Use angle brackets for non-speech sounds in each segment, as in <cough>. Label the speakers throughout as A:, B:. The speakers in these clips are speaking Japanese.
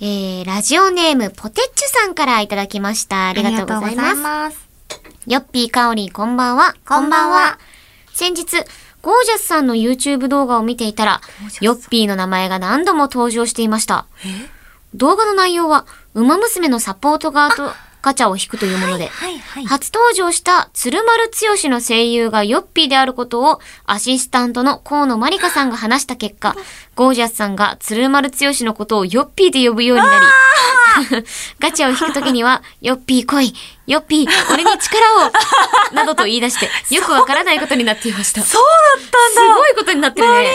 A: えー、ラジオネームポテッチュさんからいただきました。あ
B: あ
A: りがとうございます。
B: ます。
A: よっぴーかおりんこんばんは。
B: こんばんは。
A: 先日、ゴージャスさんの YouTube 動画を見ていたら
B: ゴージャス、さん
A: よっぴーの名前が何度も登場していました。動画の内容は、馬娘のサポート側とガチャを引くというもので、
B: はいはい。
A: 初登場した鶴丸剛の声優がヨッピーであることをアシスタントの河野まりかさんが話した結果、ゴージャスさんが鶴丸剛のことをヨッピーで呼ぶようになり、ガチャを引くときには、ヨッピー来い、ヨッピー、俺に力を、などと言い出
B: <laughs>
A: して、よくわからないことになっていました。す
B: そうだったんだ
A: ごいことになってるね。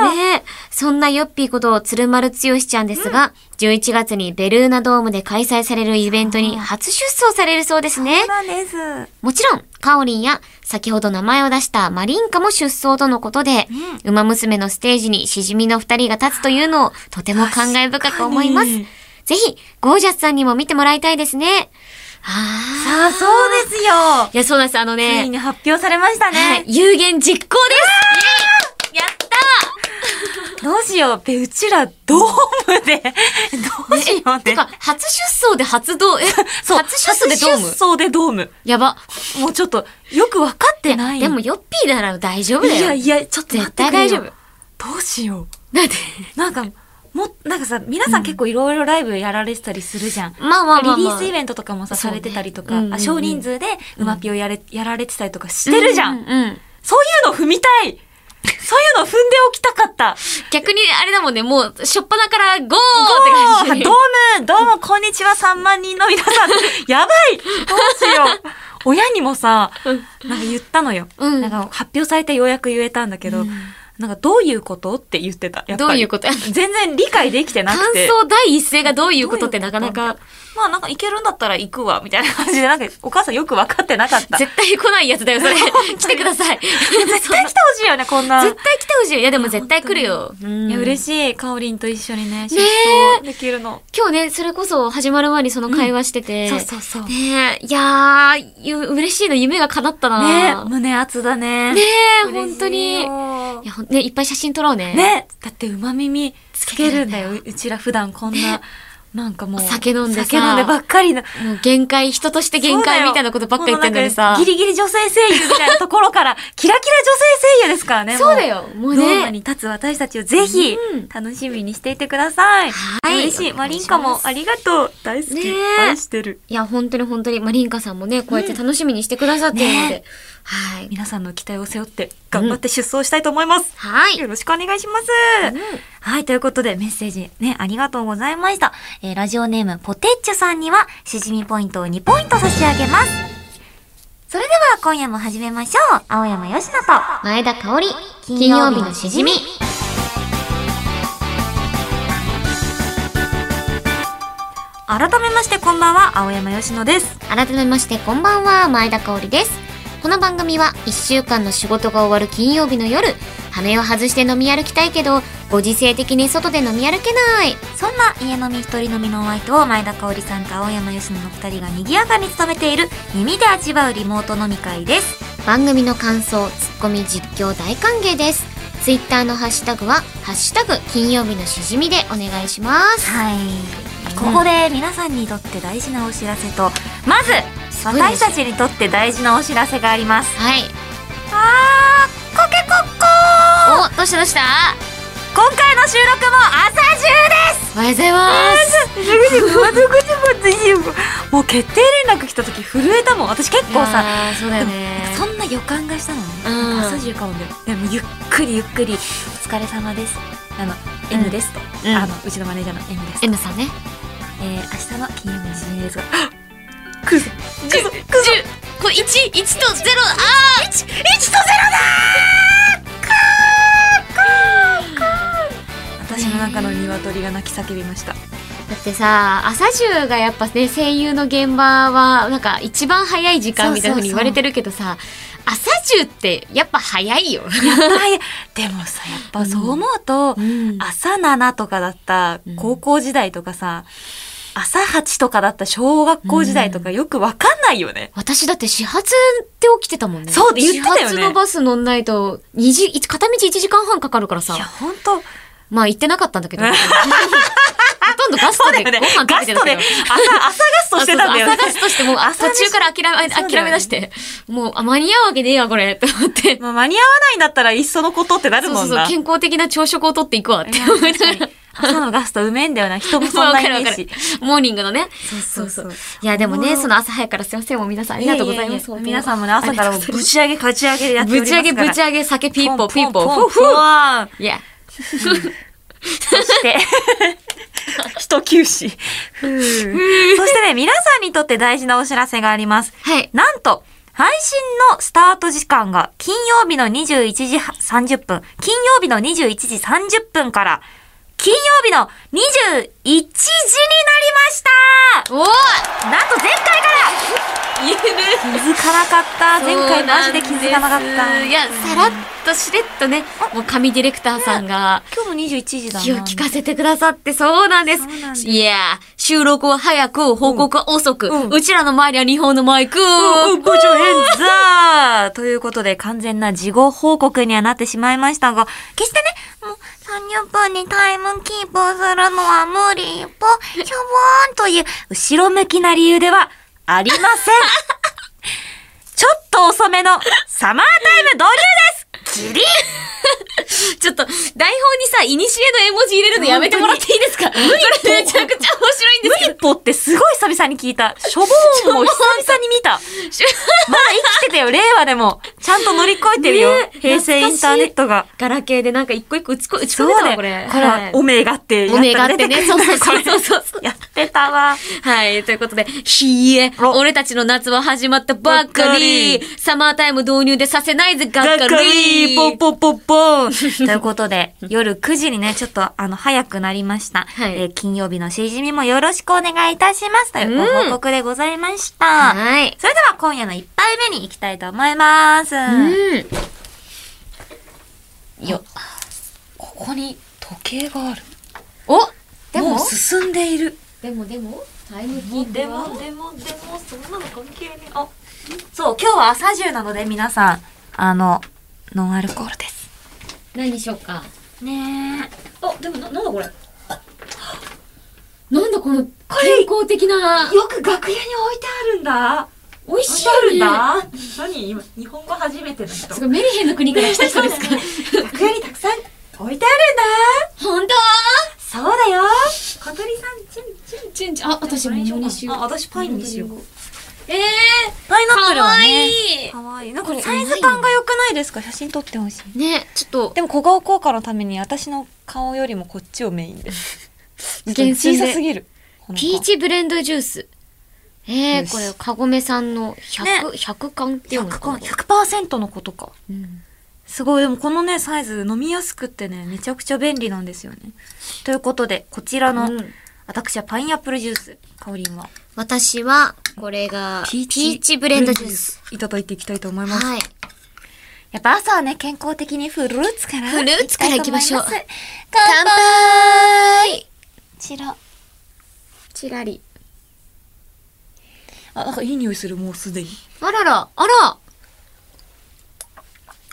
B: か
A: ねえ。そんなヨッピーこと鶴丸剛ちゃんですが、11月にベルーナドームで開催されるイベントに初出走されるそうですね。
B: そうなんです。
A: もちろん、カオリンや先ほど名前を出したマリンカも出走とのことで、ウマ娘のステージにしじみの二人が立つというのをとても感慨深く思います
B: 確かに。
A: ぜひ、ゴージャスさんにも見てもらいたいですね。あ
B: さあ、そうですよ。
A: あ。いや、そうなんです。あの
B: つい
A: ね、
B: に発表されました
A: は
B: ね
A: い。有言実行ですイエイやった
B: どうしよう。べ、うちら、ドームで、どうしよう
A: て
B: ね。
A: か、初出走で初
B: <laughs>
A: ドーム、え、
B: そう
A: 初出走でドーム
B: 初出走でドーム。
A: やば。
B: もうちょっと、よくわかってない。
A: でも、、ヨッピーなら大丈夫
B: い
A: だよ。
B: やいや、ちょっと待ってくれよ
A: 絶対大丈
B: どうしよう。
A: だって、
B: なんか、も、なんかさ、皆さん結構いろいろライブやられてたりするじゃん。
A: まあまあまあまあ
B: リリースイベントとかもさ、
A: そ
B: さ
A: うね
B: れてたりと
A: うん
B: か
A: う、んうん
B: あ少人数で、うまぴをやれ、やられてたりとかしてるじゃ。
A: うんううん。
B: そういうの踏みたいそういうの踏んでおきたかった
A: 逆にあれだもんね、もう、しょっぱなからゴーって
B: お
A: 感
B: ー
A: じ。
B: どうも、どうも、こんにちは、3万人の
A: <laughs>
B: 皆さん。やばいどうしよう。親にもさ、なんか言ったのよ。
A: うん
B: なんか発表されてようやく言えたんだけ
A: う
B: ど、
A: ん
B: なんかどういうことって言ってた。やっぱ
A: ど
B: り
A: ういうこと
B: 全然理解できてな
A: 感
B: くて。
A: 想第一声がどういうことって
B: どうい
A: な
B: う
A: か
B: こと
A: なか、
B: まあなんか行けるんだったら行くわ、みたいな感じで、なんかお母さんよく分かってなかった。絶
A: 絶対来ないやつだよ、そ
B: <laughs>
A: れ。来てください。 <laughs> 絶
B: 対来てほしいよね、こんな。
A: 絶対来てほしいよ。いや、でも絶対来るよ。
B: いや、
A: しい。
B: 嬉しい。かおりんと一緒にね、出走できるの。
A: 今日ね、それこそ始まる前にその会話してて。
B: そうそうそう。ね
A: ねえ、いやー、ゆ嬉しいの夢が叶ったな。ね
B: 胸熱だね。
A: え、本当に。い
B: に。
A: や、ほんね、いっぱい写真撮ろうね。
B: ね、だって馬耳つけるんだよ。ううちら普段こんな、なんかもう。
A: 酒飲んでさ
B: 酒飲んでばっかりな。
A: もう限界、人として限界みたいなことばっか言ってんのに
B: も
A: さ
B: うなんか。ギリギリ女性声優みたいなところから、キラキラ女性声優ですからね。
A: そうだよ。も
B: も
A: う
B: う。ローマ
A: ね。
B: に立つ私たちをぜひ
A: うん、
B: 楽しみにしていてください。
A: はい
B: 嬉しい。
A: お願
B: マ
A: いします
B: リンカもありがとう。大好き。
A: ね
B: 愛してる。
A: いや、本当に本当に、まあ、リンカさんもね、こうやって楽しみにしてくださってるので。
B: うんね
A: はい。
B: 皆さんの期待を背負って、頑張って出走したいと思います。
A: はい。
B: よろしくお願いします。はい、ということでメッセージね、ありがとうございました。えーラジオネームポテッチュさんには、しじみポイントを2ポイント差し上げます。それでは今夜も始めましょう。青山よしと。
A: 前田香織、金
B: 金
A: 曜
B: 曜
A: 日
B: 日
A: の
B: の
A: し
B: し
A: じ
B: じ
A: み
B: み。改めましてこんばんは、青山よしです。
A: 改めまして、こんばんは、前田香織です。この番組は、一週間の仕事が終わる金曜日の夜、羽目を外して飲み歩きたいけど、ご時世的に外で飲み歩けない。
B: そんな家飲み一人飲みのお相手を前田香織さんと青山よしの二人が賑やかに務めている耳で味わうリモート飲み会です。
A: 番組の感想、ツッコミ、実況大歓迎です。ツイッターのハッシュタグは、ハッシュタグ、金曜日のしじみでお願いします。
B: はい。ここで皆さんにとって大事なお知らせと、まず、
A: ごいで
B: 私
A: す
B: たちにとって大事なお知らせがあります。
A: はい。
B: あー、コケコッコー
A: お、どうしたどうした
B: 今回の収録も朝10です <laughs>
A: おはようございます。
B: もう決定連絡来た時震えたもん。私結構さ、
A: いやー、そうだよね。
B: そんな予感がしたのね。
A: うん
B: 朝10かもね。でもゆっくりゆっくり、お疲れ様です。あの、
A: うん
B: M ですと。
A: うん
B: あの、うちのマネージャーの M です。
A: M さんね。
B: えー、明日の金曜日の時ですが、来るぞ。来るぞ。
A: 十、これ一、一とゼロ、ああ、一、一とゼロ
B: 私の中の鶏が泣き叫びました。
A: だってさ、朝十がやっぱね、声優の現場は、なんか一番早い時間みたいなふうに言われてるけどさ。朝十って、やっぱ早いよ。
B: はい。でもさ、やっぱそう思うと、
A: ん
B: 朝7とかだった高校時代とかさ、朝8とかだった小学校時代とかよくわかんないよね。
A: 私だって始発って起きてたもんね。
B: そう言ってたよね
A: 始発のバス乗んないと、二時、一片道1時間半かかるから
B: いや、
A: さ。
B: ほんと、
A: まあ行ってなかったんだけど。ほとん度ガストでご飯食べ
B: ガ
A: て
B: ス
A: る
B: ト
A: ん
B: で、
A: です
B: 朝、
A: けど。
B: 朝ガストしてたんだよね
A: あ。そうそう朝ガストしてもうあ
B: 朝
A: 途
B: 飯
A: 中から諦め、
B: そうだよね
A: 諦め出して、もうあ間に合うわけねえやこれって思って、
B: まあ、間に合わないんだったらいっそのことってなる
A: そう
B: も
A: そうんそう
B: な。
A: 健康的な朝食をとっていくわって
B: いや
A: 思い
B: 確
A: なが
B: か
A: <laughs>
B: に
A: ら。
B: 朝のガストうめえんだよな。人もそん
A: わ
B: な
A: か
B: い
A: るわ
B: ね
A: か
B: えし
A: る。。モーニングのね。
B: そうそうそう
A: いや、でも
B: も
A: ね、
B: う
A: その朝早くからすいません、もう皆さんありがとうございます。本
B: ややや
A: 当
B: 皆さんもね、朝からもうぶち上げ、かち上げでやっており
A: ぶ
B: ます
A: ち上
B: から。
A: げ、ぶち上げ、酒ピーポー、ピーポー、
B: ポ
A: ふ
B: ン
A: うふ
B: ポンポンわー
A: いや、
B: そ <laughs> して、人休止。ふうそしてね、皆さんにとって大事なお知らせがあります。
A: はい。
B: なんと、配信のスタート時間が金曜日の21時30分、金曜日の21時30分から、金曜日の21時になりました
A: おー
B: なんと前回から
A: 言える
B: 気づかなかった前回マジで気づかなかっ
A: そうなんで
B: た
A: すいや、さらっとしれっとね、もう神ディレクターさんが
B: 今日も21時だな
A: 気を利かせてくださって、そうなんです。
B: そうなんです
A: いやー、収録は早く、報告は遅く、う
B: うん
A: ちらの周りは日本のマイク、
B: うん、部長変ザーということで、完全な事後報告にはなってしまいましたが、決してね、もう30分にタイムキープするのは無理ぽ、しょぼーんという、後ろ向きな理由ではありません。ちょっと遅めのサマータイム導入ですギリ
A: ちょっと、台本にさ、イニシエの絵文字入れるのやめてもらっていいですかそれめちゃくちゃ面白いんで
B: 無
A: すけど
B: 理ぽってすごい久々に聞いた。しょぼーんも久々に見た。まだ生きてたよ、令和でも。ちゃんと乗り越えてるよ
A: ね。え
B: 平成インターネットが。
A: ガラケーでなんか一個一個打ちこ打ち込
B: そ
A: んで
B: う
A: た
B: だ
A: わ、こ
B: よ。こ
A: れ
B: れ。、
A: はい
B: オメガってや
A: お
B: ったら
A: めがって
B: 出
A: ね。
B: <laughs> く
A: そう
B: る
A: そうそうそう
B: こ
A: そうそう。
B: れやってたわ。
A: はい。ということで、ひえ、
B: お
A: 俺たちの夏は始まったばっか
B: ばっ
A: り、
B: か
A: サマータイム導入でさせないぜ、がっ
B: がっ
A: か
B: かり
A: り。
B: ポンポンポンポン <laughs> ということで、夜9時にね、ちょっと、あの、早くなりました。
A: はい
B: えー金曜日のしじみもよろしくお願いいたします。というご報告でございました。
A: はい。
B: それでは今夜の1杯目に行きたいと思います。
A: うん。よ、
B: ここに時計がある。
A: おでも、
B: 進んでいる。
A: でもでも、タイムキープ
B: で
A: は
B: も、でも、でも、そんなの関係ねえ。あ、そう、今日は朝中なので皆さん、あの、ノンアルコールです。
A: 何にしようか。
B: ね
A: あ、でもな、なんだこれ。なんだこの健康的な
B: え。。よく楽屋に置いてあるんだ。
A: 美味
B: 置い
A: して
B: ある
A: い
B: ん
A: よね。
B: だ。何今、日本語初めての人
A: す。ごいメリヘンの国から来た人ですか。
B: 楽屋にたくさん置いてあるんだ。
A: 本当
B: そうだよ。小鳥さん、チンチン。
A: チュンチュン、あ、私も桃にしよう。
B: あ私パインにしよう。
A: えー、
B: パイナップル
A: か
B: は
A: わ
B: ね。
A: いい。
B: かわいい。なん
A: こ
B: か
A: れ
B: サイズ感が良くないですか写真撮ってほしい。
A: ね、ちょっと、
B: でも小顔効果のために私の顔よりもこっちをメイン <laughs> で。
A: 厳選
B: 小
A: で
B: さすぎる。この顔
A: ピーチブレンドジュース。え
B: よ
A: ー、
B: し
A: これ、かごめさんの100、100缶って読むのかな
B: 100%。100%のことか。
A: うん
B: すごい。でもこのね、サイズ飲みやすくってね、めちゃくちゃ便利なんですよね。ということで、こちらの、
A: うん
B: 私はパインアップルジュース、香りんは。
A: 私は、これが、ピーチブレンドジュース。。
B: いただいていきたいと思います。
A: はい。
B: やっぱ朝はね、健康的にフルーツから。
A: フルーツからいきましょう
B: いきたいと思います
A: 乾
B: 乾杯
A: 杯
B: チラ。
A: チラリ。
B: あ、なんかいい匂いする、もうすでに。
A: あらら、あら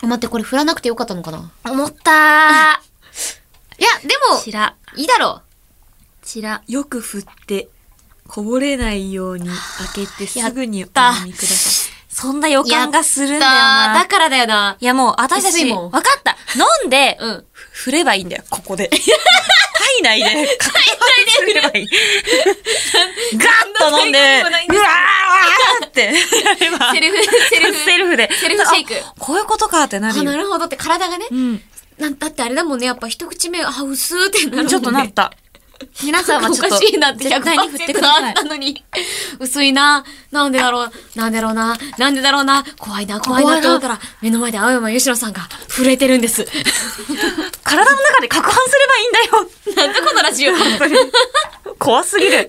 A: 待って、これ振らなくてよかったのかな
B: 思った
A: <laughs> いや、で
B: ー。チラ。
A: も、いいだろ
B: チラ。よく振って、こぼれないように開けてすぐにお
A: た
B: 飲みください。そんな予
A: う。や
B: 感がするんだよな。
A: だからだよな。
B: いやもう、私た
A: 薄
B: ち、
A: いもん
B: 分かった。飲んで、
A: うん。
B: 振ればいいんだよ、ここ <laughs> で。体内で、体内で振れば <laughs> いい。ガッと飲
A: 体内
B: んで、う
A: では
B: わ
A: ないんです
B: ーって <laughs> やれば、
A: セルフ、セルフ。
B: セルフで。
A: セルフシェイク
B: あこういうことかってな
A: あ、
B: る
A: な
B: よ。
A: るほどって体がね。
B: うん。
A: なんだってあれだもんね、やっぱ一口目、あ、薄ーってなるもんね。
B: ちょっとなった。皆さんは
A: お
B: ちょっと、
A: かしいなって
B: 絶対に振ってく
A: 100%
B: ださ
A: あ
B: い
A: った。のに。 <laughs> 薄いな。なんでだろう。なんでだろうな。なんでだろうな。怖いな、怖い
B: 怖
A: な
B: いな
A: と思ったら、目の前で青山吉野さんが震えてるんです。
B: 体の中で攪拌すればいいんだよ。
A: <laughs> なんだこのラ <laughs> ジオ。怖すぎ
B: 本当に <laughs> 怖すぎる。
A: だろ、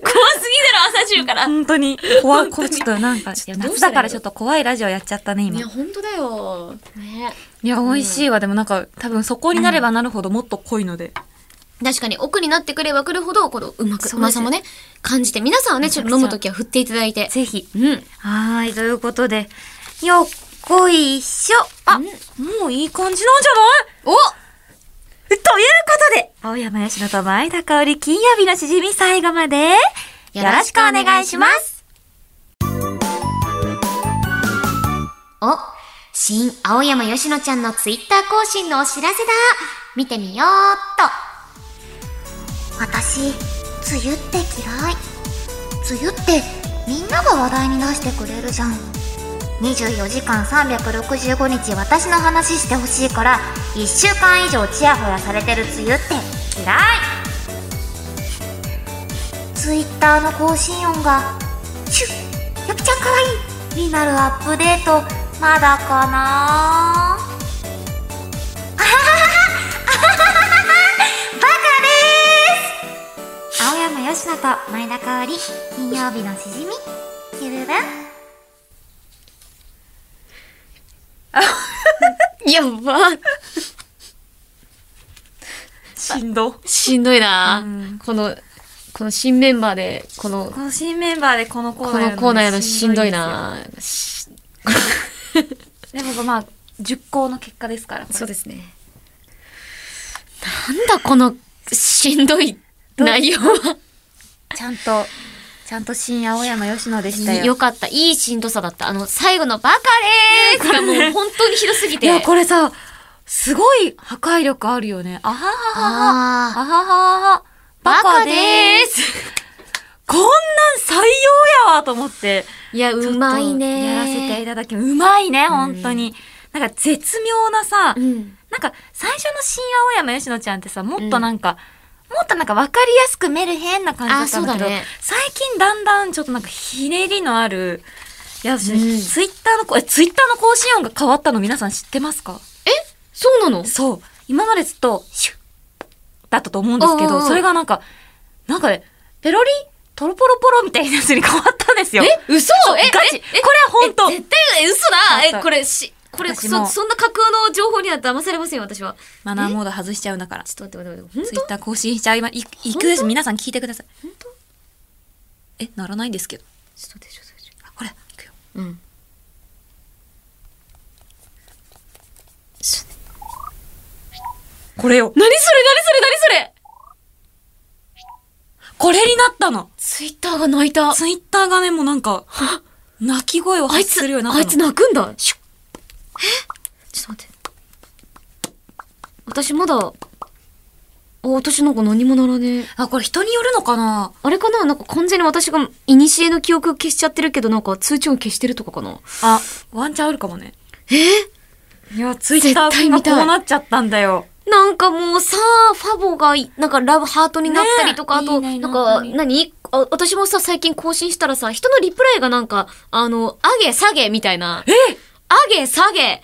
A: 朝中から。
B: 本当に。怖い、こうちょっとなん
A: ど
B: か、
A: うしたらいいの
B: 夏だからちょっと怖いラジオやっちゃったね、今。
A: い
B: い
A: や、本当だよ。ね。
B: や、美味しいわ。でもなんか、多分そこになればなるほどもっと濃いので。
A: 確かに奥になってくればくるほど、このうまく、
B: そうです
A: うまさもね、感じて、皆さんはね、ちょっと飲むときは振っていただいて。
B: ぜひ。
A: うん。
B: はーい、ということで、よっこいしょ。あ、もういい感じなんじゃない
A: お
B: えということで、青山よしのと前田香織金曜日のしじみ最後まで、よろしくお願いします。
A: お、新青山よしのちゃんのツイッター更新のお知らせだ。見てみようっと。私、梅雨って嫌い。梅雨ってみんなが話題に出してくれるじゃん。
B: 24時間365日私の話してほしいから、1週間以上チヤホヤされてる梅雨って嫌い
C: ツイッターの更新音が「シュッよきちゃんかわいい!」になるアップデートまだかなあはははははあはははははバカで
B: 青山よしのと前田香織、
C: ーす金曜日のしじみゆるるん
A: やば。
B: しんど。
A: しんどいな
B: うん
A: この、この新メンバーで、この
B: こ、の新メンバーでこのコー
A: こ
B: ナーや
A: の
B: る
A: コーナーやるのしんどい
B: ですよ
A: なし
B: でもまあ、10校の結果ですから。
A: そうですね。なんだこの、しんどい内容は。
B: ちゃんと、ちゃんと新青山吉野でしたよ。
A: よかった。いいしんどさだった。あの、最後のバカでーすがもう本当にひどすぎ
B: い
A: て。
B: や、これさ、すごい破壊力あるよね。あはははは。あ
A: あー
B: ははは。
A: バ
B: バ
A: カ
B: カ
A: で
B: で
A: ー
B: ーす。
A: す。
B: こんなん採用やわと思って。
A: いや、うまいねー。
B: やらせていただき、うまいね、本当に。なんか絶妙なさ、
A: うん。
B: なんか最初の新青山吉野ちゃんってさ、もっとなんか、もっとなんか分かりやすくメルヘンな感じだったんだけど
A: あそうだね
B: 最近だんだんちょっとなんかひねりのある、いや、
A: う
B: 私
A: ん
B: ツイッターのこ、え、ツイッターの更新音が変わったの皆さん知ってますか
A: そうなの
B: そう。今までずっと、シュッ、だったと思うんですけ
A: おうお
B: ど、
A: う
B: それがなんか、なんかね、ペロリン、トロポロポロみたいなやつに変わったんですよ。
A: え嘘
B: そう
A: え
B: ガチ。
A: え
B: これは本当
A: え絶対、え嘘だ
B: あ
A: え、これ、し、これ、
B: 私
A: そ、
B: も
A: そんな架空の情報には騙されませんよ、私は。
B: マナーモード外しちゃうんだから。
A: ちょっと待って待って待っ
B: ツ
A: て。
B: イッター更新しちゃいま、い、いくです。皆さん聞いてください。え、ならないんですけど。
A: ちょっと待って、ちょっと待って。
B: あこれ、いくよ。
A: うん。
B: これよ。
A: 何それ何それ何それ
B: これになったの。
A: ツイッターが泣いた。
B: ツイッターがね、もうなんか、泣き声を
A: あい
B: 発
A: つ、
B: するようになった
A: あ
B: の。
A: いつ泣くんだ。シュッえちょっと待って。私まだ、あ、私なんか何もならねえ。
B: あ、これ人によるのかな
A: あれかななんか完全に私が、いにしえの記憶消しちゃってるけど、なんか通知音消してるとかかな
B: あ、ワンチャンあるかもね。えいや、ツイ
A: 絶
B: ッタ
A: 対
B: ー
A: 見
B: が
A: たい
B: こうなっちゃったんだよ。
A: なんかもうさ、ファボがい、なんかラブハートになったりとか、
B: ねえ
A: あと、
B: いいね
A: なん
B: 本
A: か、
B: 当に
A: 何あ私もさ、最近更新したらさ、人のリプライがなんか、あの、上げ下げみたいな。
B: え
A: 上げ下げ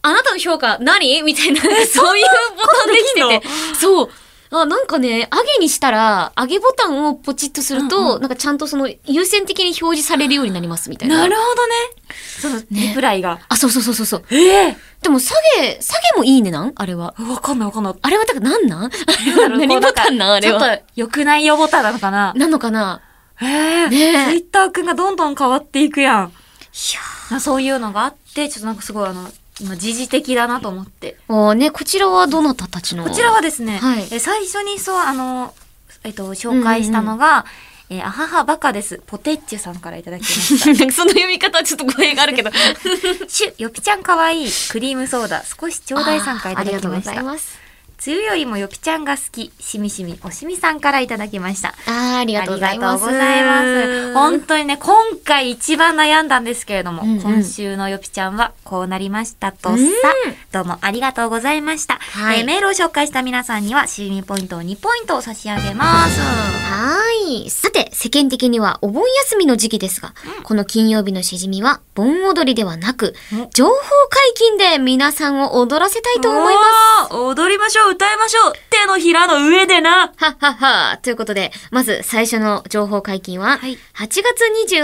A: あなたの評価何みたいな、そういうボタンでき
B: そんな
A: てて。そう。あなんかね、上げにしたら、上げボタンをポチッとすると、なんかちゃんとその優先的に表示されるようになりますみたいな。
B: なるほどね。その、リプライが。
A: あ、そうそうそうそうそう。
B: ええ
A: でも下げ、下げもいいねなんあれは。
B: わかんないわかんない。
A: あれはだからなんなんあれ
B: な
A: は
B: んだろう
A: <laughs> 何ボタンなんあれ
B: こう
A: は。
B: んかちょっと良くないよボタンなのかな
A: なのかな
B: へえ。
A: ねえ
B: ツイッターくんがどんどん変わっていくやん。いやなそういうのがあって、ちょっとなんかすごいあの、今時事的だなと思って。
A: おーね、こちらはどなたたちの
B: こちらは <laughs> ですね、
A: はい
B: え最初にそう、あの、えっと、紹介したのが、えあははバカです。ポテッチュさんからいただきました。 <laughs>
A: なんかその読み方はちょっと語弊がある <laughs> けど。
B: シュ、よぴちゃんかわいい。クリームソーダ、少しちょうだいさんからいた
A: あーあ
B: だきまし
A: りがとうござい
B: た。梅
A: ます。
B: 雨よりもよぴちゃんが好き。しみしみ、おしみさんからいただきました。
A: あーありがとうございます。
B: ありがとうございます本当にね、今回一番悩んだんですけれども、
A: うんうん
B: 今週のよぴちゃんはこうなりましたとさ、
A: うん
B: どうもありがとうございました。
A: はい
B: えーメールを紹介した皆さんには、シーミーポイントを2ポイントを差し上げます。
A: はーい。さて、世間的にはお盆休みの時期ですが、この金曜日のしじみは、盆踊りではなく
B: うん、
A: 情報解禁で皆さんを踊らせたいと思います。
B: す。踊りましょう、歌いましょう。手のひらの上でな。
A: はっはっはということで、まず最初の情報解禁は、
B: はい
A: 8月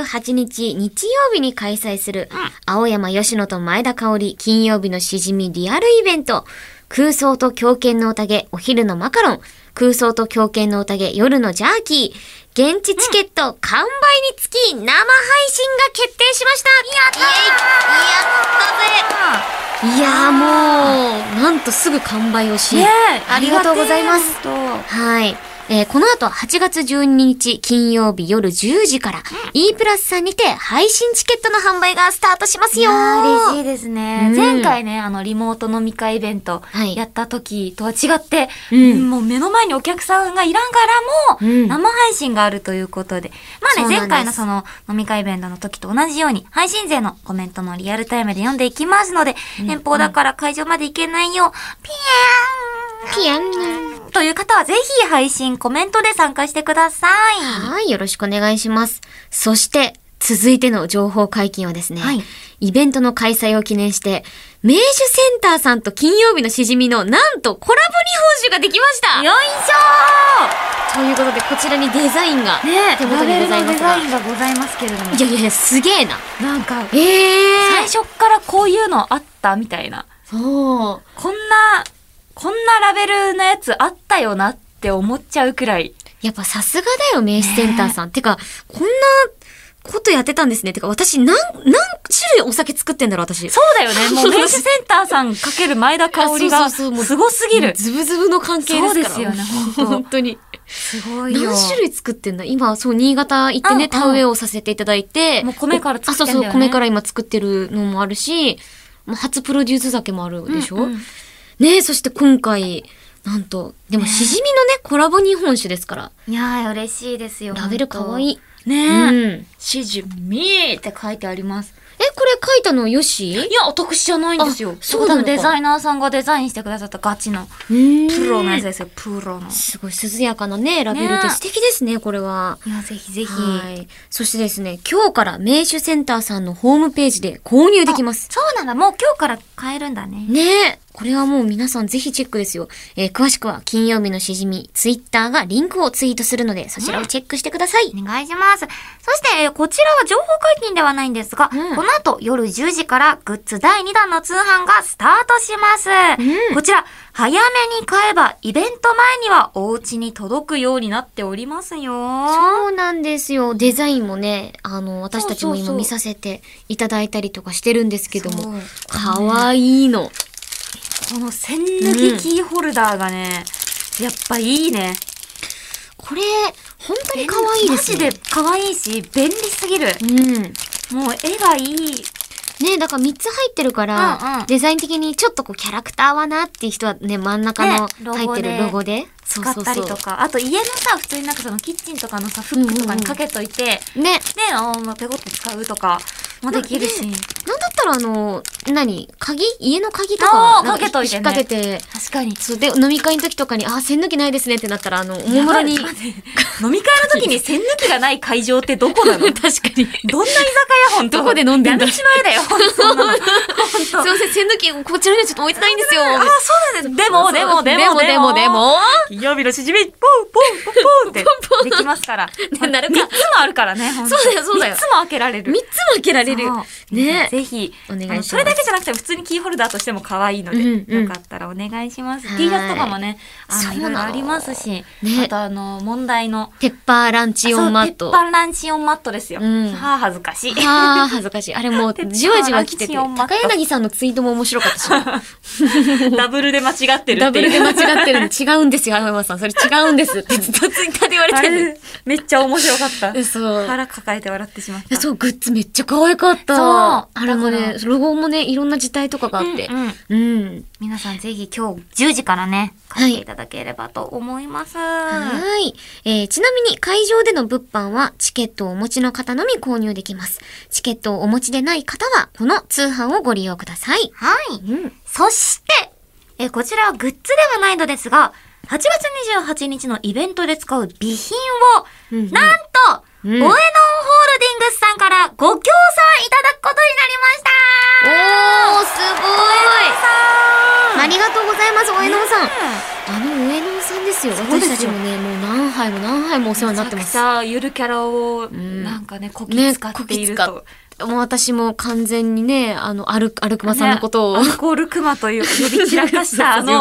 A: 28日日曜日に開催する、青山吉野と前田香織金曜日のしじみリアルイベント、空想と狂犬の宴、お昼のマカロン、空想と狂犬の宴、夜のジャーキー、現地チケット完売につき生配信が決定しました、やったやったぜいやーもう、なんとすぐ完売をし、
B: ねえ
A: ありがとうございます。
B: ありがてえほんと
A: はい。えーこの後8月12日金曜日夜10時から、E プラスさんにて配信チケットの販売がスタートします
B: い
A: よ
B: やー嬉し
A: い。
B: いですね。
A: うん
B: 前回ね、あの、リモート飲み会イベント
A: はい
B: やった時とは違って、
A: うん
B: もう目の前にお客さんがいらんか
A: う
B: らも、
A: ん
B: 生配信があるということで。まあ
A: そう
B: ね、
A: なんです
B: 前回のその飲み会イベントの時と同じように、配信勢のコメントもリアルタイムで読んでいきますので、遠方だから会場まで行けないよ、ピ
A: ピアン
B: エーンという方はぜひ配信、コメントで参加してください。
A: はい、よろしくお願いします。そして、続いての情報解禁はですね、
B: はい
A: イベントの開催を記念して、名手センターさんと金曜日のしじみの、なんとコラボ日本酒ができました
B: よいし
A: ということで、こちらにデザインが、
B: ょーね
A: 手
B: え、
A: 元
B: ラ
A: に
B: ベ
A: ご
B: ル
A: ざい
B: の
A: ま
B: デ
A: すが
B: ザインがございますけれども
A: い。やいやいや、すげえな。
B: なんか、
A: ええ
B: 最初からこういうのあったみたいな。
A: そう。
B: こんな、こんなラベルのやつあったよなって思っちゃうくらい。
A: やっぱさすがだよ、名刺センターさん。てか、こんなことやってたんですね。てか、私、何、何種類お酒作ってんだろう、私。
B: <laughs> そうだよね。もう、名刺センターさんかける前田香織
A: あ
B: が、
A: そうそうそうもう
B: すごすぎ
A: もう
B: る。
A: ズブズブの関係ですから。
B: そうですよね本当
A: 本当に。
B: すごいよ。
A: 何種類作ってんだ今、そう、新潟行って
B: うんう
A: ね、
B: ん
A: 田植えをさせていただいて。
B: もう米から作ってんだよね
A: あ、そうそう、米から今作ってるのもあるし、もう初プロデュース酒もあるでしょ、
B: うんうん
A: ねえ、そして今回、なんと、でも、しじみのね、コラボ日本酒ですから。
B: いやー、嬉しいですよ
A: ラベルかわいい。
B: い。
A: う
B: ねえ。
A: ん。
B: しじみーって書いてあります。
A: え、これ書いたのよし
B: いや、私じゃないんですよ
A: あ。そうなのか
B: デザイナーさんがデザインしてくださったガチの、プ
A: プ
B: ロのやつですよ、プロの。
A: すごい涼やかなね、ラベルで
B: ね
A: 素敵ですね、これは。
B: いや、ぜひぜひ。
A: はい。そしてですね、今日から名手センターさんのホームページで購入できます。
B: そうなんだ。もう今日から買えるんだね。
A: ねえ。これはもう皆さんぜひチェックですよ。えー詳しくは金曜日のしじみ、ツイッターがリンクをツイートするので、そちらをチェックしてください。
B: お願いします。そして、えーこちらは情報解禁ではないんですが、
A: うん
B: この後夜10時からグッズ第2弾の通販がスタートします。
A: うん
B: こちら、早めに買えばイベント前にはお家に届くようになっておりますよ。
A: そうなんですよ。デザインもね、あの、私たちも
B: そうそう
A: 今
B: そう
A: 見させていただいたりとかしてるんですけど
B: そう
A: も、かわいいの。
B: この線抜きキーホルダーがね、やっぱいいね。
A: これ、本当にかわいいですね。
B: マジで可愛いし、便利すぎる。
A: うん。
B: もう絵がいい。
A: ねだから3つ入ってるから、
B: うんうん
A: デザイン的にちょっとこうキャラクターはなっていう人はね、真ん中の
B: ねロゴで
A: 入ってるロゴで
B: 使ったりとか。
A: そうそう
B: あと家のさ、普通になんかそのキッチンとかのさ、フックとかにかけといて、
A: そうね、
B: ね、あの、ペコって使うとかもできるし。
A: なんだったらあの、何鍵家の鍵とか
B: あー
A: なん
B: かけとい
A: 引
B: てね
A: っ掛けて、
B: 確かに。
A: そうで、飲み会の時とかに、あ、線抜きないですねってなったら、あの、おもむろに。
B: やばい
A: 確か
B: 待って飲み会の時に線抜きがない会場ってどこな
A: <laughs>
B: <laughs> のどんな
A: に。
B: 居酒屋本当
A: どこで飲んでんだ
B: やめちまえだよ、 <laughs> そんなの。
A: すいません、線抜き、こちらにはちょっと置いてないんですよ。
B: あー、そうなんだ。でも、でも、でも、
A: でも、で
B: <laughs>
A: も。
B: 金曜日のしじみ、ポンポンポンポンってできますから。 <laughs>
A: ねなるか
B: 3つもあるからね、ほんと
A: そうだよそうだよ
B: 3つも開けられ
A: 3つ
B: る
A: も。開けられる
B: そう。
A: ね
B: ぜひ。
A: お願いします
B: あのそれだけじゃなくて、普通にキーホルダーとしても可愛いので、
A: うんうん
B: よかったらお願いします。
A: はい
B: T シャツとかもね、あ
A: そうな
B: の、
A: いの
B: ろいろありますし、
A: ね
B: あとあの、問題の、
A: ペッパーランチ用マッ
B: あ
A: ト。
B: そう鉄板ランチオンマットですよ。
A: うん
B: はあ、恥ずかしい。 <laughs>
A: ああ、恥ずかしい。あれもう、じわじわ来てて。
B: 鉄板ランチ4マッ
A: 高
B: ト
A: 柳さんのツイートも面白かったし。
B: ダブルで間違ってる
A: ダ
B: って
A: ブ
B: い
A: ル
B: う。
A: で間違ってるの違うんですよ、青山さん。それ違うん
B: <laughs>
A: ですってずっとツイッターで言われ
B: あ
A: てる。
B: れ、めっちゃ面白かった。
A: 嘘
B: 腹抱えて笑ってしまった。
A: そう、グッズめっちゃ可愛かった。
B: そう
A: あれも
B: だか
A: ね、ロゴもね、いろんな字体とかがあって。
B: うんうん
A: うん。
B: 皆さんぜひ今日10時からね、
A: はい
B: 買っていただければと思います。
A: はい。えーちなみに会場での物販はチケットをお持ちの方のみ購入できます。チケットをお持ちでない方は、この通販をご利用ください。
B: はい。
A: うん。
B: そして、えーこちらはグッズではないのですが、8月28日のイベントで使う備品を、
A: うんうん
B: なんと、
A: うん
B: オエノンホールディングスさんからご協賛いただくことになりま
A: お
B: した
A: ー、すご
B: さ
A: いありがとうございます、おえのんさん。
B: ん
A: あの上野さんですよ。
B: そうです
A: 私
B: よ
A: たちもね、もう何杯も何杯もお世話になって
B: めちゃ
A: ま
B: く
A: す
B: ち。ゃゆるキャラを、
A: ん
B: なんかね、こき
A: ね、
B: 使
A: こ
B: って
A: き
B: いる
A: 使
B: と
A: っ。もう私も完全にね、あの、歩く、歩くまさんのことを、
B: ねアルコールクマという呼び散らかした、
A: そ
B: あ
A: うそ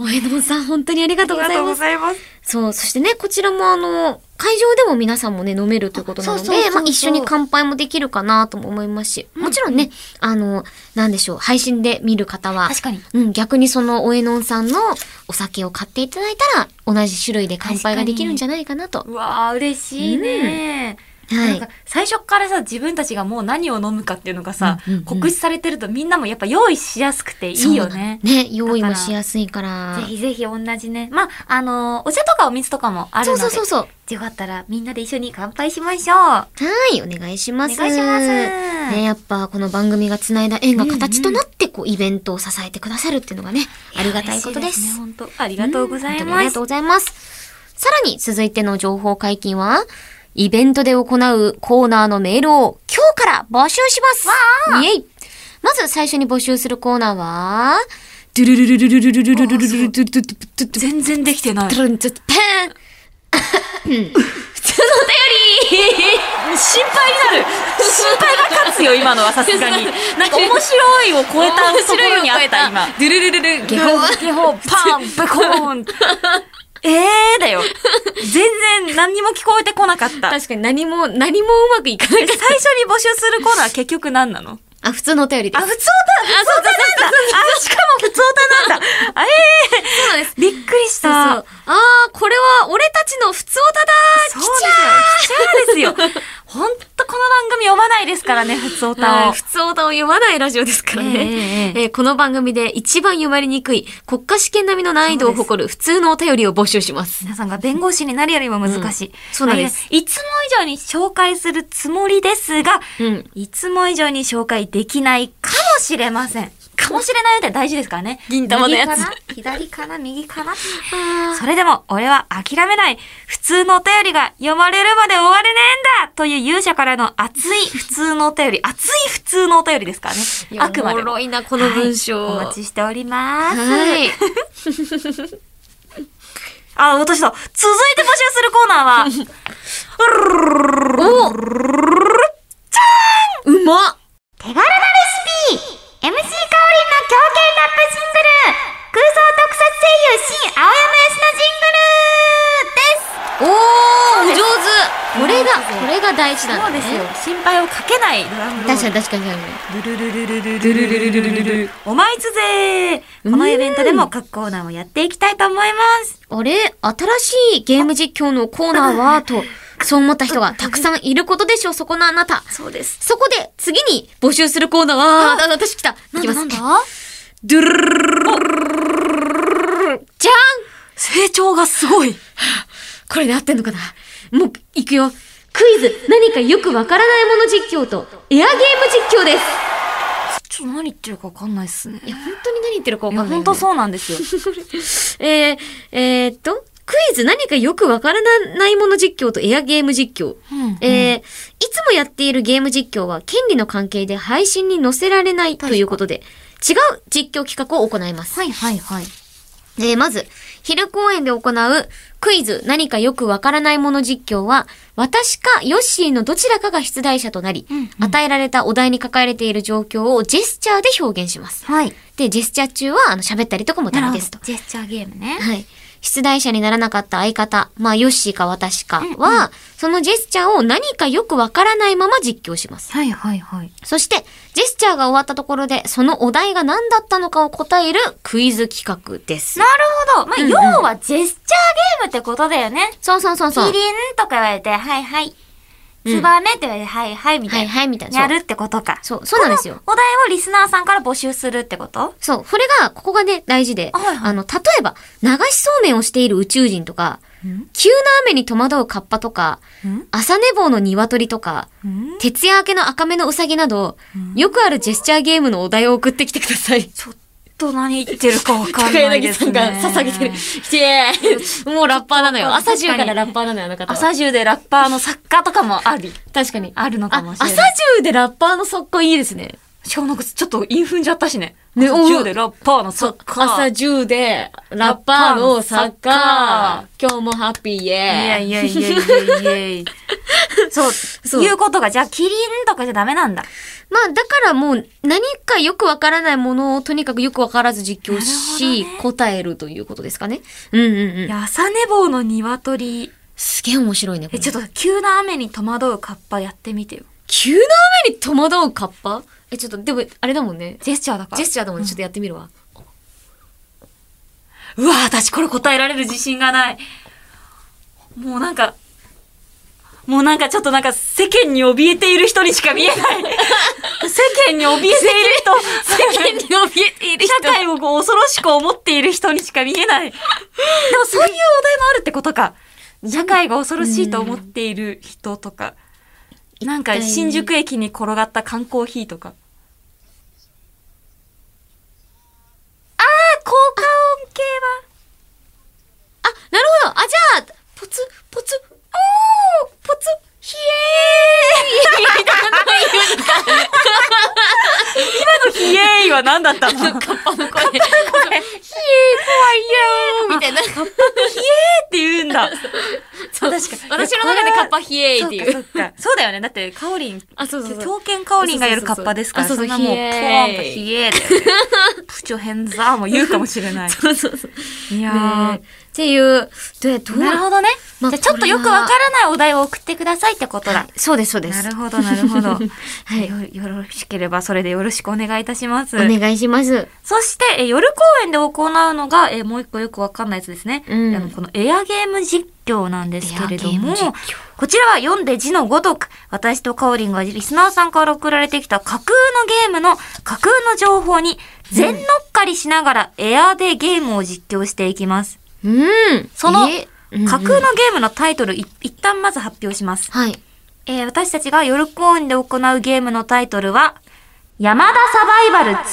A: う <laughs>
B: の、
A: お江戸さん本当にありが
B: あ
A: とう
B: り
A: ご
B: が
A: ざい
B: とう
A: ま
B: ご
A: す。
B: ざいます。
A: そう、そしてね、こちらもあの、会場でも皆さんもね、飲めるということなので、
B: あそうそうそうそう
A: まあ一緒に乾杯もできるかなとも思いますし、もちろんね、あの、なんでしょう、配信で見る方は、
B: 確かに。
A: うん、逆にそのおえのんさんのお酒を買っていただいたら、同じ種類で乾杯ができるんじゃないかなと。
B: うわあ嬉しいね。
A: はい
B: なんか最初からさ自分たちがもう何を飲むかっていうのがさ、
A: うんうんうん
B: 告知されてるとみんなもやっぱ用意しやすくていいよね。
A: そうね、用意もしやすいから。
B: ぜひぜひ同じね。まあ、あのーお茶とかお水とかもある
A: そ
B: の
A: う
B: で。
A: そうそうそう。は
B: よかったらみんなで一緒に乾杯しましょう。お
A: い、お願いしま
B: 願い
A: す。
B: します。
A: ね、やっぱこの番組がつないだ縁が形となって、こう、イベントを支えてくださるっていうのがね、ありがたいことです。
B: 嬉しね
A: うん
B: 本当あり
A: 本当にあ
B: がとうございま
A: りが
B: す
A: とう。ございます。さらに続いての情報解禁は、イベントで行うコーナーのメールを今日から募集しますイエイまず最初に募集するコーナーは、ドゥルルルルルルルルルルルルルルルルルル
B: 全然できてない。シン
A: ルンちょっとペン
B: 配になる。心配が勝つよ、今のはさすが
A: <laughs>
B: に。なんか面白いを超えたところにあった、今。
A: ドゥルルルルゲ
B: ゲ
A: ホ <laughs>
B: ホ、ゲホ、パン、ブコーン。えーだよ。全然何にも聞こえてこなかった。最初
A: 確かに何も、何もうまくいかない。
B: に募集するコーナーは結局何なの
A: あ、普通のお便りで
B: あ、
A: す。
B: 普通だ普通だなんだあ、しかも普通だなんだあえ
A: そうです。
B: ーびっくりし
A: そうそう。
B: た
A: あ。ー、これは俺たちの普通
B: そ
A: 歌
B: う
A: だ
B: ですよ。来ちゃーですよ。ほんとこの番組読まないですからね、普通
A: ーは
B: 歌
A: い
B: を。
A: 普通歌を読まないラジオですから
B: ええ
A: ね
B: え。え
A: えーこの番組で一番読まれにくい国家試験並みの難易度を誇る普通のお便りを募集します。
B: 皆さんが弁護士になるよりも難しい。
A: そうなんです
B: あれ。いつも以上に紹介するつもりですが、
A: うん
B: いつも以上に紹介できないかもしれません。かもしれないって大事ですからね。
A: <laughs> 銀玉のやつ
B: 右かな左かな右かなそれでも俺は諦めない。普通のお便りが読まれるまで終われねえんだという勇者からの熱い普通のお便り、熱い普通のお便りですからね
A: い。や
B: あくま
A: お
B: で
A: も
B: も。
A: ろいな、この文章。
B: はいお待ちしております。
A: はい。
B: あ、落とした。続いて募集するコーナーは、
A: <laughs> お
B: <laughs>
A: うまっ
C: 手軽なレシピ MC 香りの狂犬ラップシングル空想特撮声優新青山康のジングル
A: おーお上手これが、これが大事な
B: そうんで
A: だ
B: すよ
A: ね。。
B: 心配をかけないドラムロール。
A: 確かに確かに確かに。
B: ルルルルルルルルルルルルルルお前いつぜーこのイベントでも各コーナーをやっていきたいと思います。
A: あれ新しいゲーム実況のコーナーはと、そう思った人がたくさんいることでしょう、そこのあなた。
B: そうです。
A: そこで、次に募集するコーナーは、あー、私来た。いきます。ドゥルルルルルルルルルじゃん
B: 成長がすごい。
A: これで合ってんのかなもう、いくよ。クイズ、何かよくわからないもの実況と、エアゲーム実況です。
B: ちょっと何言ってるかわかんないっすね。
A: いや、本当に何言ってるかわ
B: い
A: か
B: や、
A: んない、
B: ほんとそうなんですよ。
A: えー、えーっと、クイズ何かよくわからないもの実況とエアゲーム実況。
B: うん
A: えーいつもやっているゲーム実況は権利の関係で配信に載せられないということで、違う実況企画を行います。
B: はいはいはい。
A: えーまず、昼公演で行うクイズ何かよくわからないもの実況は、私かヨッシーのどちらかが出題者となり、
B: んうん
A: 与えられたお題に書かれている状況をジェスチャーで表現します。
B: はい。
A: で、ジェスチャー中は、あの、喋ったりとかもダ
B: な
A: メで
B: るほ
A: すと
B: ど。。ジェスチャーゲームね。
A: はい。出題者にならなかった相方、まあ、ヨッシーか私かは、そのジェスチャーを何かよくわからないまま実況します。
B: はいはいはい。
A: そして、ジェスチャーが終わったところで、そのお題が何だったのかを答えるクイズ企画です
B: な。るほど。まあ、要はジェスチャーゲームってことだよね。
A: そうそうそう
B: キ
A: そう。
B: リンとか言われて、はいはい。
A: うん
B: ツバメって言われて、はいはいみた
A: はい
B: いな。
A: はい、みたいな。
B: やるってことか。
A: そう、そうなんですよ。
B: お題をリスナーさんから募集するってこと
A: そう、これが、ここがね、大事で、
B: あはいはい
A: あの、例えば、流しそうめんをしている宇宙人とか、
B: ん
A: 急な雨に戸惑うカッパとか、
B: ん
A: 朝寝坊の鶏とか、
B: ん
A: 徹夜明けの赤目のウサギなど、よくあるジェスチャーゲームのお題を送ってきてください。
B: <laughs> ちょっと何言ってるかわか
A: 高
B: んない
A: 柳
B: です
A: さん
B: ね。
A: が捧げてる。イエーイもうラッパーなのよ。朝中からラッパーなのよ、あの方は。
B: <laughs> 朝中でラッパーの作家とかもあり。
A: 確かに。
B: あるのかもしれない
A: あ朝中でラッパーの速攻いいですね。
B: しかもなんかちょっと韻踏んじゃったしね。
A: ね
B: 朝中でラッパーの作家。
A: 朝中でラッパーのサッカー。今日もハッピーイ
B: いや
A: エーイ。
B: いやい
A: <laughs>
B: やいやいや <laughs> いやそう。
A: そう
B: いうことが、じゃあ、キリンとかじゃダメなんだ。
A: まあ、だからもう何かよくわからないものをとにかくよくわからず実況し、答えるということですかね。うんうんうん。
B: いや朝寝坊の鶏。
A: すすげえ面白いね。
B: え、ち
A: っ
B: ょ
A: と、
B: っと急な雨に戸惑うカッパやってみてよ。
A: 急な雨に戸惑うカッパえ、ちょっと、でも、あれだもんね。
B: ジェスチャーだから。
A: ジェスチャーだもんね。ちょっとやってみる <laughs> わ。
B: うわ、私これ答えられる自信がない。もうなんか、もうなんかちょっとなんか世間に怯えている人にしか <laughs> 見えない。世間に怯えている人。
A: に怯えている
B: 社会をこう恐ろしく思っている人にしか見えない。でもそういうお題もあるってことか。社会が恐ろしいと思っている人とか。なんか新宿駅に転がった缶コーヒーとか。ああ、効果音系
A: あ、
B: は。
A: なるほど。あ、じゃあ、ポツ、ポツ、おー、ポツ、ひ
B: イエーイは何だった
A: <laughs>
B: のっ
A: えーカッパの声。ひえー、怖いよーみたいな。
B: て言うんだ。
A: そう
B: 確かに
A: 私の中でカッパひえーっていう。
B: うか。そうだよね。だって、カオリン、
A: あ、そうそうそう。
B: 狂犬カオリンがやるカッパですから、
A: そうそうそうあそうそうん
B: なもう、
A: ひ
B: ポ
A: えー
B: ーンとヒエーだよね。プチョヘンザーも言うかもしれない。
A: そうそうそう。
B: い
A: ね
B: や
A: えっていう、で、ど
B: ー。なる
A: う
B: ほどね。じ
A: ま
B: ゃ
A: あ
B: あちょっとよくわからないお題を送ってくださいってことだ。
A: そうです、そうで
B: な
A: す。
B: るほど、なるほど。
A: い
B: よよろしければ、それでよろしくお願いいたします。
A: お願いします。
B: そして、えー夜公演で行うのが、えーもう一個よくわかんないやつですね。
A: うん
B: あのこのエアゲーム実況なんですけれど
A: エアゲーム
B: も
A: 実況、
B: こちらは読んで字のごとく、私とカオリンがリスナーさんから送られてきた架空のゲームの架空の情報に全乗っかりしながらエアでゲームを実況していきます。
A: うん。
B: その
A: え
B: 架空のゲームのタイトル、い一旦まず発表します。
A: はい。
B: えー私たちが夜公演で行うゲームのタイトルは、山田サバイバル2で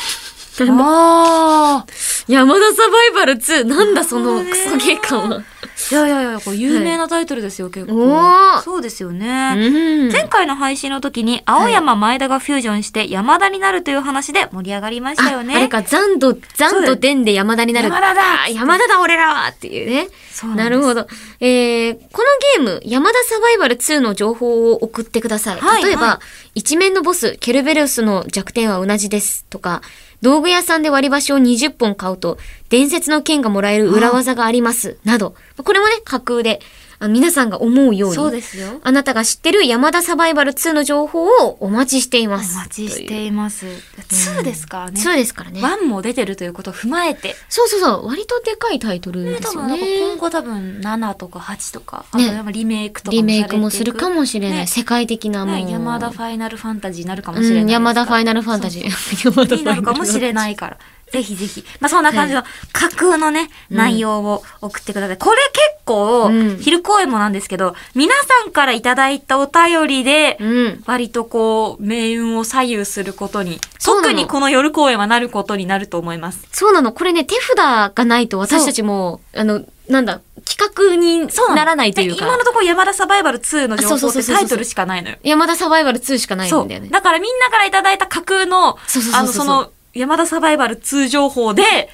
B: す。
A: <laughs>
B: おー。
A: 山田サバイバル2。なんだ、そのクソゲー感は。
B: いやいやいや、これ有名なタイトルですよ、結
A: おー
B: 構。そうですよね。
A: うん。
B: 前回の配信の時に、青山前田がフュージョンして山田になるという話で盛り上がりましたよね。
A: ああれか、残土、残土伝で山田になる。
B: 山田だ
A: あ山田だ、俺らはっていうね。
B: そう
A: な
B: なんです
A: るほど。えー、このゲーム、山田サバイバル2の情報を送ってください。
B: はい
A: 例えば、
B: は
A: 一面のボス、ケルベロスの弱点はうなじです。とか、道具屋さんで割り箸を20本買うと、伝説の剣がもらえる裏技があります。など。これもね、架空で、あ皆さんが思うように。
B: そうですよ。
A: あなたが知ってる山田サバイバル2の情報をお待ちしてい
B: お
A: ます。
B: 待ちし
A: という
B: ています。2ですからね。
A: 2ですからね。
B: 1も出てるということを踏まえて。
A: そうそうそう、割とでかいタイトルで
B: 多
A: すよ
B: 分なんか
A: ね
B: 今。後多分7とか8とか、あと
A: ね
B: やっぱリメイクとかも
A: リ
B: さ
A: メ
B: れていく
A: イクもするかもしれない。
B: ね
A: 世界的なも
B: ね
A: う。
B: 山田ファイナルファンタジーになるかもしれないです
A: うん、
B: から。
A: 山田ファイナルファンタジー。 <laughs> 山
B: になるかもしれ
A: い。
B: ないから。ぜひぜひ。まあ、そんな感じの架空のね、
A: うん
B: 内容を送ってください。これ結構、
A: うん
B: 昼公演もなんですけど、皆さんからいただいたお便りで、
A: うん。
B: 割とこう、命運を左右することに、
A: そうなの
B: 特にこの夜公演はなることになると思います。
A: そうなの。これね、手札がないと私たちも、あの、なんだ、企画にならないという
B: で今
A: か
B: の。ところ山田サバイバル2の情
A: あそ
B: 報
A: う
B: っ
A: そうそうそうそ
B: て
A: う
B: タイトルしかないのよ。
A: 山田サバイバル2しかないんだよね。
B: だからみんなからいただいた架空の、
A: そうそうそうそう
B: あの、その、山田サバイバル2情報で、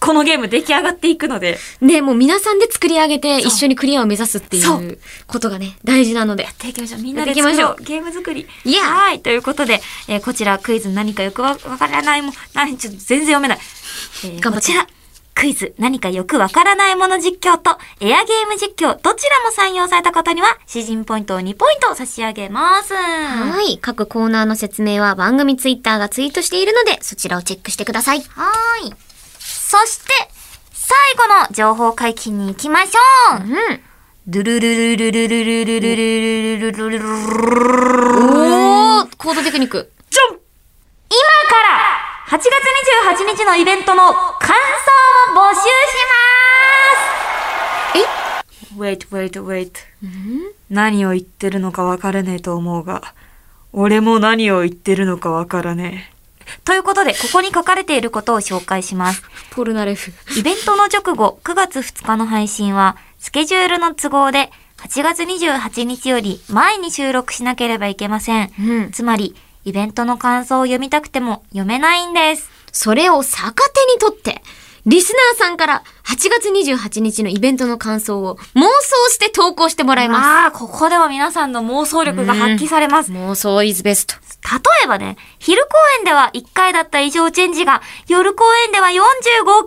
B: このゲーム出来上がっていくので、
A: ね、もう皆さんで作り上げて、
B: そう
A: 一緒にクリアを目指すって
B: そ
A: いう
B: う
A: ことがね、大事なので。
B: やっていきましょう。みん
A: や
B: な
A: っていき
B: で作
A: ましょう
B: ろう。ゲーム作り。
A: いや
B: はい。ということで、えーこちらクイズ何かよくわわからないもん、何、ちょっと全然読めない。えー
A: 頑張
B: こ
A: って
B: ちら。クイズ、何かよくわからないもの実況と、エアゲーム実況、どちらも採用された方には、詩人ポイントを2ポイント差し上げます。は
A: はい。各コーナーの説明は番組ツイッターがツイートしているので、そちらをチェックしてください。
B: ーい。
C: そして、最後の情報解禁に行きましょう。
A: うん。
B: ドゥルルルルルルルルルルルルルルル
A: おー、コードテクニック。
B: ジョン
C: 今から、8月28日のイベントの感想を募集し
A: え
B: Wait, wait, wait. 何を言ってるのか分からねえと思うが、俺も何を言ってるのか分からねえ。ということで、ここに書かれていることを紹介します。
A: ポルナレフ。
B: イベントの直後、9月2日の配信は、スケジュールの都合で、8月28日より前に収録しなければいけません。
A: うん
B: つまり、イベントの感想を読みたくても読めないんです。
A: それを逆手にとって、リスナーさんから8月28日のイベントの感想を妄想して投稿してもらいま
B: ああ、ここでは皆さんの妄想力が発揮されます
A: す。。妄想 is best。
B: 例えばね、昼公演では1回だった異常チェンジが、夜公演では45回もあっ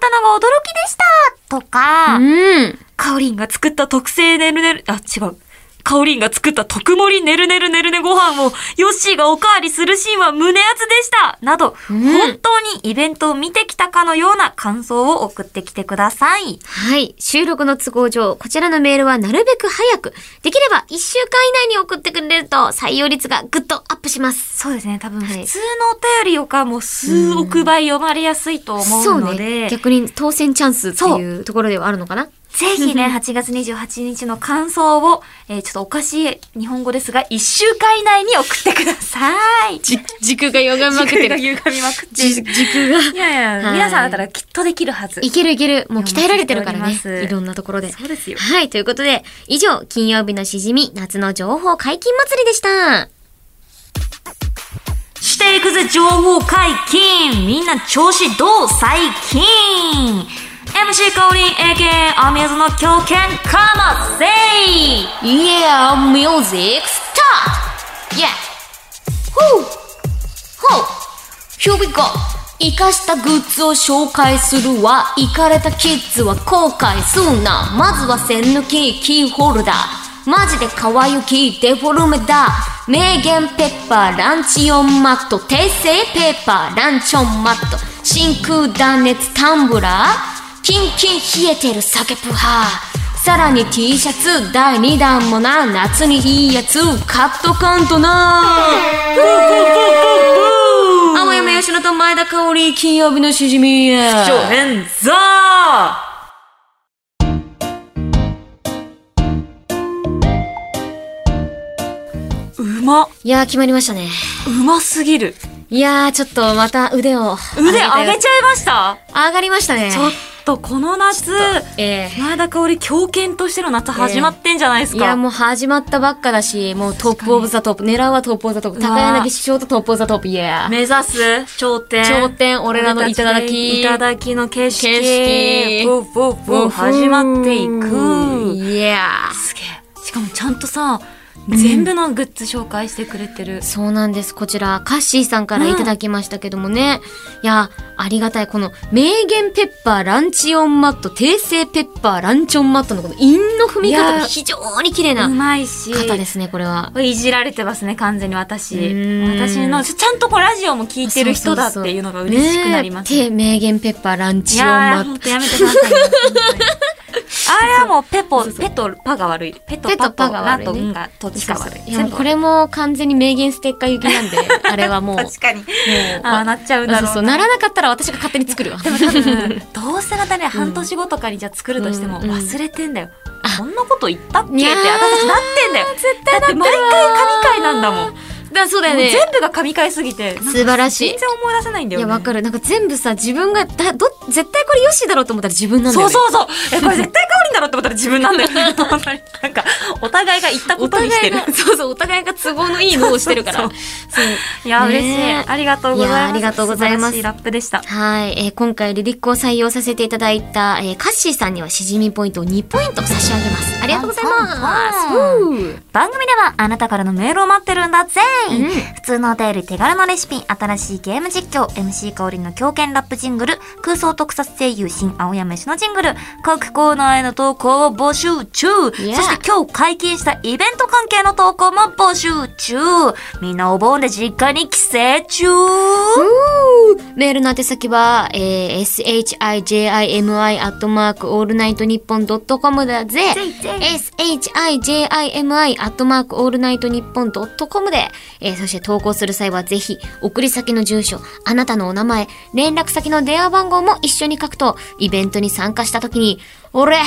B: たのが驚きでしたと
A: う
B: か、
A: ん。
B: 過カオリンが作った特製ねるねる、あ、違う。カオリンが作った特盛りねるねるねるねご飯を、ヨッシーがおかわりするシーンは胸熱でしたなど、
A: うん
B: 本当にイベントを見てきたかのような感想を送ってきてください。
A: はい。収録の都合上、こちらのメールはなるべく早く、できれば1週間以内に送ってくれると採用率がぐっとアップします。
B: そうですね、多分
A: はい
B: 普通のお便りよかもう数億倍読まれやすいと思うの <laughs> で、
A: 逆に当選チャンスっていうところではあるのかな
B: ぜひね、8月28日の感想を、えーちょっとおかしい日本語ですが、1週間以内に送ってください。
A: じ、軸が歪みまくって
B: 軸 <laughs> が
A: る。
B: 歪みまくって
A: じ
B: る。
A: 軸が。
B: いやいや、
A: はい
B: 皆さんだったらきっとできるはず。
A: いけるいける。もう鍛えられてるから
B: いやもう鍛えておりま
A: ね。
B: す
A: いろんなところで。
B: そうですよ。
A: はい。ということで、以上、金曜日のしじみ、夏の情報解禁祭りでした。
B: していくぜ、情報解禁みんな調子どう最近 !MC 香り AKA アミューズの狂犬かもせい
A: Yeah, music, start! Yeah! Woo! Ho! Here we go! 生かしたグッズを紹介するわ。イカれたキッズは後悔すんな。まずは線抜き、キーホルダー。マジで可愛きデフォルメだ。名言ペッパー、ランチオンマット。訂正ペーパー、ランチョンマット。真空断熱タンブラー。キンキン冷えてる酒プハー。さらに T シャツ第2弾もな夏にいいやつ買っとかんとな青山よしのと前田香織金曜日のしじみや
B: 上辺ザーうま、
A: いやー決まりましたね
B: うますぎる。
A: いやーちょっとまた腕を
B: 腕上げちゃいました
A: 上がりましたね
B: ちょっとこの夏、
A: ええ
B: 前田香織狂犬としての夏始まってんじゃないです
A: い
B: か。
A: やもう始まったばっかだしもうトップオブザトップ狙うはトップオブザトップ
B: うわー
A: 高柳師匠とトップオブザトップいや
B: 目指す頂点。
A: 頂点俺らの頂き
B: いただきの景色。
A: 景色
B: ブーブーブー始まっていく。
A: いやー
B: すげえ。しかもちゃんとさ、全部のグッズ紹介してくれてる。
A: そうなんです。こちら、カッシーさんからいただきましたけどもね。いや、ありがたい。この、名言ペッパー、ランチオンマット、訂正ペッパー、ランチョンマットのこの、韻の踏み方
B: いや
A: が非常に綺麗
B: う
A: な
B: まいし。
A: 方ですね、これは。
B: いじられてますね、完全に私。
A: ーん
B: 私の、ちゃんとこうラジオも聞いてる人だっていうのが嬉しくなります。
A: ねえて名言ペッパー、ラン
B: い
A: チオン
B: や
A: マ
B: ー、
A: ッ
B: ほん
A: ト。
B: とやめてくださいね、本当にあれはもうペポ、ペとパが悪い。ペと
A: ペと
B: パ
A: パ
B: と
A: が
B: が
A: 悪
B: 悪
A: いね
B: い、ラと運がどっちか悪い。
A: いや、もうこ
B: 全
A: れも完全に名言ステッカー行きなん
B: <laughs>
A: で、あれはもう。
B: 部確かに。ああ、なっちゃうんだ
A: そう
B: ろうな。
A: そう、ならなかったら私が勝手に作るわ。 <laughs>
B: でも多分、どうせまたね、半年後とかにじゃあ作るとしても
A: うんうん
B: 忘れてんだよ。こんなこと言ったっけっ
A: い
B: て
A: やー
B: 私たちなってんだよ。絶対だって毎回神回なんだもん。
A: だそうだよ
B: もう
A: ね。
B: 全部が神回すぎて。なんか
A: 素晴らしい
B: 全然思い出せないんだ
A: い
B: よ、ね。
A: や、わかる。なんか全部さ、自分が、だ、ど、絶対これヨッシーだろうと思ったら自分なんだよ
B: そう
A: ね。
B: そうそう。
A: <laughs>
B: え、これ絶対香りんだろって思ったら自分 <laughs> なんだよ。本当になんか、お互いが言ったこ
A: お
B: と
A: 互
B: にし
A: <laughs>
B: て
A: い
B: る。
A: が、そうそう、お互いが都合のいいのをしてるから。
B: そ
A: そうう
B: いや、
A: ねえ
B: 嬉しい。ありがとうござい
A: い
B: ま
A: や
B: す。
A: ありがとうございます
B: 素晴らしいラップでした。
A: <laughs> はい、えー今回リリックを採用させていただいた、えーカッシーさんにはしじみポイントを2ポイント差し上げます。ありがとうございます。
B: フ
A: ふう
B: 番組ではあなたからのメールを待ってるんだぜ、
A: うん
B: 普通のお便り手軽なレシピ新しいゲーム実況 MC 香りの狂犬ラップジングル空想特撮声優新青山しのジングル各コーナーへの投稿を募集中、
A: Yeah
B: そして今日解禁したイベント関係の投稿も募集中みんなお盆で実家に帰省中
A: メールの宛先は、えー、shijimi アットマークオールナイトニッポンドットコムだぜ。
B: ぜいぜ
A: shijimi アットマークオールナイトニッポンドットコムで、えーそして投稿する際はぜひ、送り先の住所、あなたのお名前、連絡先の電話番号も一緒に書くと、イベントに参加した時に、俺、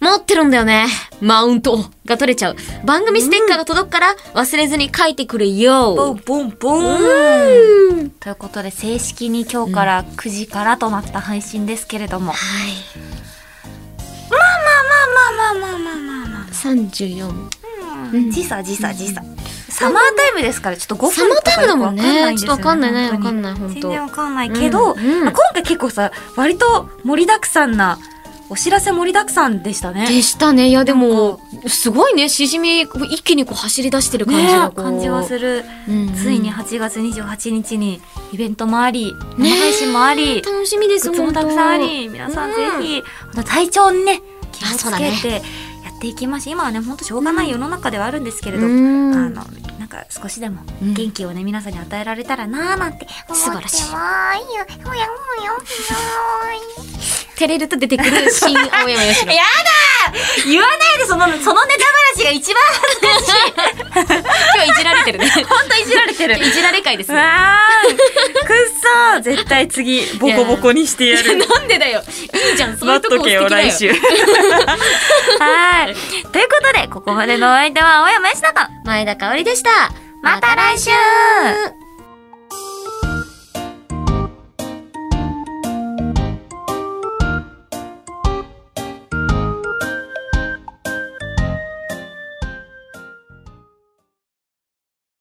A: 持ってるんだよね。マウントが取れちゃう。番組ステッカーが届くから、忘れずに書いてくれ
B: ボ
A: よ。
B: ンボンボンということで正式に今日から9時からとなった配信ですけれども、
A: はい。
B: まあまあまあまあまあまあ
A: 34。
B: 時差時差時差。サマータイムですから、ちょっと5分
A: サマータイムだもんね
B: とかよくわかんないんです
A: ちょ
B: よ
A: っとわかんないね
B: 本当に
A: わかんないほんと
B: 全然わかんないけ
A: う
B: ど、
A: んうん
B: まあ今回結構さ、割と盛りだくさんな、お知らせ盛りだくさんでしたね。
A: でしたね。いや、でも
B: な、
A: すごいね。しじみ、一気にこう走り出してる感じが、
B: ね
A: こう
B: 感じはする。
A: うんうん
B: ついに8月28日にイベントもあり、生
A: ねえ
B: 配信もあり、グ
A: 楽しみです
B: ッズも
A: 本当
B: たくさんあり、皆さんぜひ、あの体調にね、気を
A: あそ
B: つ
A: うだ
B: け
A: ね
B: てやっていきましょう今はねほんとしょうがない世の中ではあるんですけれど、
A: うん
B: あのなんか少しでも
A: うん
B: 元気をね皆さんに与えられたらなーなんて
A: 素晴らしい
C: よ。ほやほやほや。
A: 照れると出てくる新青山よ <laughs> しの。
B: <laughs> 言わないでそのそのネタ話が一番
A: 今日いじられてるね。
B: ほんといじられてる
A: いじられ会です
B: う
A: ね。
B: わーくっそー絶対次ボコボコにしてやる <laughs>
A: なんでだよ。いいじゃん、そういう
B: 待
A: と
B: っ
A: こも
B: と
A: 素
B: け
A: 敵だ
B: よ
A: よ。
B: 来週 <laughs> はいということでここまでのお相手は青山佳乃と
A: 前田香織でした。
B: また来週
A: また